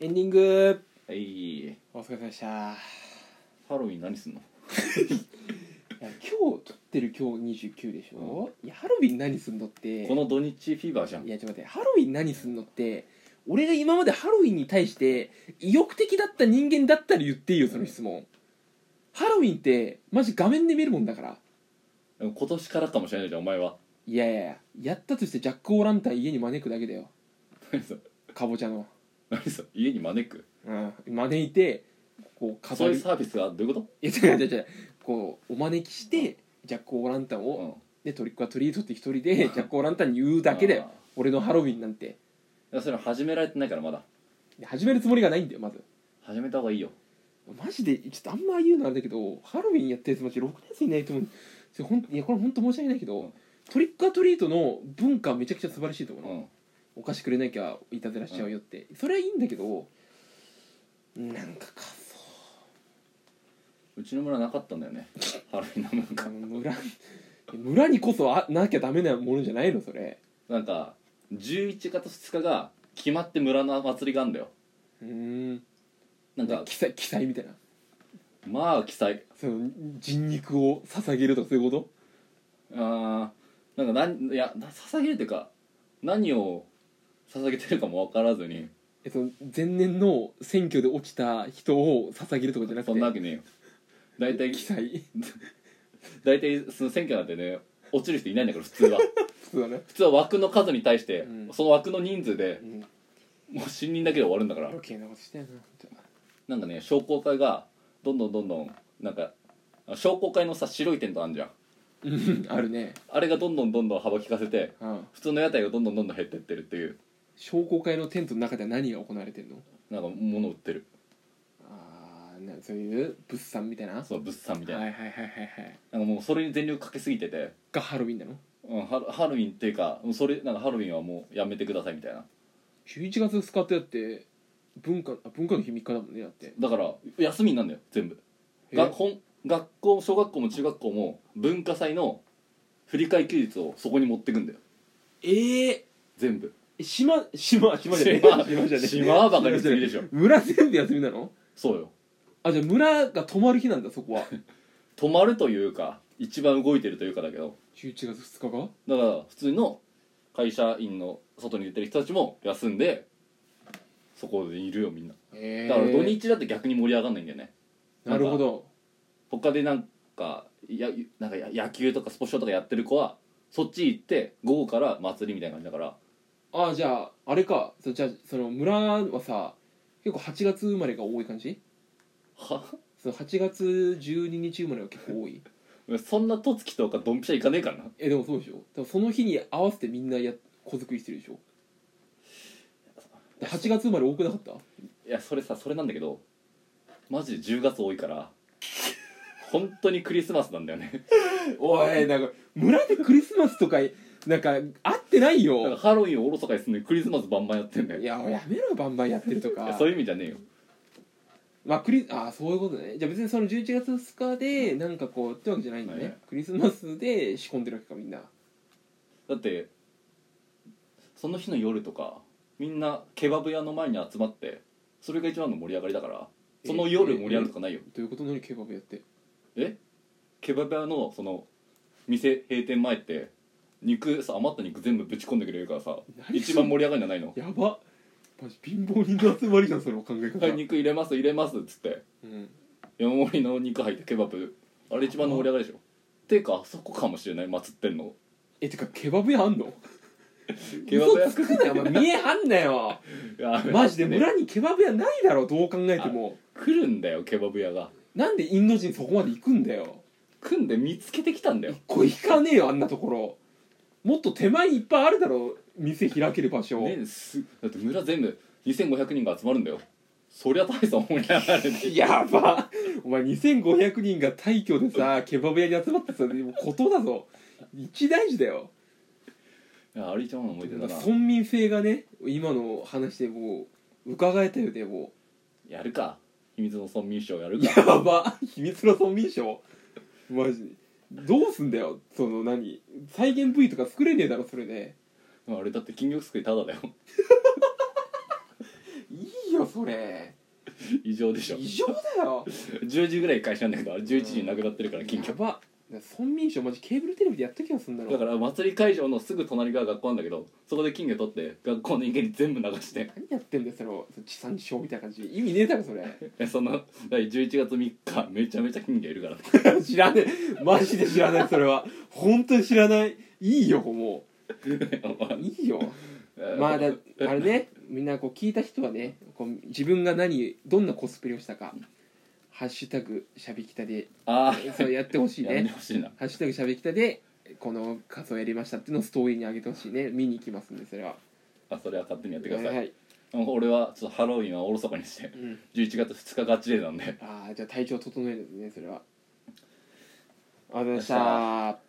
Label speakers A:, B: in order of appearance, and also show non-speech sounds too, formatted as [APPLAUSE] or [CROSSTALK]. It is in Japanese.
A: エンディング
B: はい
A: お疲れ様でしたいや
B: ハロウィン何すんの
A: 今日撮ってる今日29でしょ、いやハロウィン何すんのって
B: この土日フィーバーじゃん
A: いやちょっと待ってハロウィン何すんのって俺が今までハロウィンに対して意欲的だった人間だったら言っていいよその質問ハロウィンってマジ画面で見るもんだから
B: でも今年からかもしれないじゃんお前は [LAUGHS]
A: いやいやいややったとしてジャック・オー・ランタン家に招くだけだよ
B: 何さ
A: かぼちゃの、
B: 何さ家に招く
A: うん、招いてこう
B: そ
A: 飾
B: ういう
A: り
B: サービスがどういうこ
A: いや違う違う違うこうお招きしてジャック・オー・ランタン
B: と
A: を、
B: うん
A: でトリックはトリートって一人でジャック・オー・ランタンに言うだけだよ俺のハロウィンなんて
B: いやそれ始められてないからまだ
A: で始めるつもりがないんだよまず
B: 始めた方がいいよ
A: マジでちょっとあんま言うのあれだけどハロウィンやってる人たちろくなやついないと思うそれほんいやこれ本当申し訳ないけど、
B: うん
A: トリックアトリートの文化めちゃくちゃ素晴らしいと思う
B: う
A: の、
B: ん
A: お菓子くれなきゃいたずらしちゃうよって、それはいいんだけどなんかか
B: うちの村なかったんだよね [LAUGHS] ハロウィンの文
A: そう
B: 化
A: 村村にこそあなきゃダメなものじゃないのそれ
B: なんか11月2日が決まって村の祭りがあるんだよ
A: うーん
B: なんか
A: 記載記載みたいな
B: まあ記載
A: その人肉を捧げるとかそういうこ
B: あーなんかなんいや捧げるっていうか何を捧げてるかも分からずに
A: とえその前年の選挙で起きた人を捧げるとかじゃなくて
B: そんなわけねえよ大体
A: 記載
B: 大体その選挙なんてね落ちる人いないんだから普通は [LAUGHS]
A: 普通だね
B: 普通は枠の数に対して、
A: うん
B: その枠の人数で
A: うん
B: もう新人だけで終わるんだから
A: 余計なことしてんな本
B: なんかね商工会がどんどんどんどんなんか商工会のさ白いテントあんじゃん
A: 当うん [LAUGHS] あるね
B: あれがどんどんどんどん幅利かせて
A: うん
B: 普通の屋台がどんどんどんどん減ってってるっていう
A: 商工会のテントの中では何が行われてるの
B: なんか物売ってる
A: ああなそういう物産みたいな
B: その物産みたいな,、
A: はいはいはいはいはい
B: なんかもうそれに全力かけすぎてて、
A: がハロウィンなの
B: うん、ハロハロウィンっていうかもうそれなんかハロウィンはもうやめてくださいみたいな
A: 11月2日ってだって文化あ文化の日3日だもんねだって
B: だから休みになんだよ全部
A: え
B: がほん学校小学校も中学校も文化祭の振り替え休日をそこに持ってくんだよ
A: えー
B: 全部
A: 島島島じゃねえ
B: 島
A: 島じゃねえ
B: 島はバカにしすぎでしょ
A: 村全部休みなの
B: そうよ
A: あじゃあ村が泊まる日なんだそこは
B: 止まるというか一番動いてるというかだけど
A: 11月2日が
B: だから普通の会社員の外に出てる人たちも休んでそこでいるよみんな
A: え
B: だから土日だって逆に盛り上がんないんだよね
A: なるほど
B: 他でなんかやなんかや野球とかスポ少とかやってる子はそっち行って午後から祭りみたいな感じだから
A: あじゃああれかそじゃあその村はさ結構8月生まれが多い感じ
B: は
A: その8月12日生まれが結構多い
B: そんなとつきとかドンピシャ行かねえからな
A: えでもそうでしょでもその日に合わせてみんなや子作りしてるでしょで8月生まれ多くなかった
B: いやそれさそれなんだけどマジで10月多いから本当にクリスマスなんだよね
A: おいなんか村でクリスマスとかなんか合ってない
B: だから
A: よ
B: ハロウィンをおろそかにするのにクリスマスバンバンやってんだよ
A: い
B: いや
A: ややめろよバンバンやってるとか
B: そういう意味じゃねえよ
A: まあクリあーそういうことねじゃあ別にその11月2日でなんかこうってわけじゃないんだね、
B: はい
A: クリスマスで仕込んでるわけかみんな
B: だってその日の夜とかみんなケバブ屋の前に集まってそれが一番の盛り上がりだからその夜盛り上がるとかないよ
A: どういうこと何ケバブやって
B: えケバブ屋のその店閉店前って肉さ余った肉全部ぶち込んでくれるからさ
A: 何
B: 一番盛り上がるんじゃないの
A: やばマジ貧乏人の集まりじゃんその考え方、
B: はい肉入れます入れますっつって
A: うん、
B: 山盛りの肉入ったケバブあれ一番の盛り上がりでしょていうかあそこかもしれない祭ってんの
A: えてかケバブ屋あ [LAUGHS] んの
B: ケバブ屋
A: 嘘つくなよお前見えはんな [LAUGHS] よ
B: いや
A: マジで
B: ね
A: 村にケバブ屋ないだろどう考えても
B: 来るんだよケバブ屋が
A: なんでインド人そこまで行くんだよ
B: 組んで見つけてきたんだよ
A: これ行かねえよあんなところもっと手前にいっぱいあるだろ店開ける場所、
B: ねすだって村全部2500人が集まるんだよそりゃ大層盛り上がるね
A: [LAUGHS] やばお前2500人が大挙でさケバブ屋に集まってさでもことだぞ一大事だよ
B: い [LAUGHS] やあれ一番の思い出だな
A: 村民性がね今の話でもう伺えたよねも
B: やるか秘密の村民賞やる
A: うや
B: か
A: ば秘密の村民賞マジどうすんだよその何再現 V とか作れねえだろそれで
B: あれだって金魚すくいただだよ
A: いいよそれ
B: [LAUGHS] 異常でしょ
A: 異常だよ
B: 10時ぐらい開始なんだけどあれ11時になくなってるから緊
A: や
B: 急
A: ば村民賞マジケーブルテレビでやった気がするんだろ
B: だから祭り会場のすぐ隣が学校なんだけどそこで金魚取って学校の人間に全部流して
A: 何やってんだよそのその地産地消みたいな感じ意味ねえだろそれ
B: えそのだから11月3日めちゃめちゃ金魚いるからね
A: [LAUGHS] 知らねえマジで知らないそれは本当に知らないいいよもういいよま
B: [LAUGHS]
A: あだあれねみんなこう聞いた人はねこう自分が何どんなコスプレをしたか「ハッシュタグしゃべきたで」
B: ああ
A: そうやってほしい
B: やめて
A: ね
B: ほしいな
A: 「ハッシュタグしゃべきたで」この仮装やりましたっていうのをストーリーに上げてほしいね見に行きますんでそれは
B: あそれは勝手にやってください、
A: はい、
B: 俺はちょっとハロウィンはおろそかにして
A: うん、
B: 11月2日ガチデーなんで
A: ああじゃあ体調整えるんですねそれはありがとうございました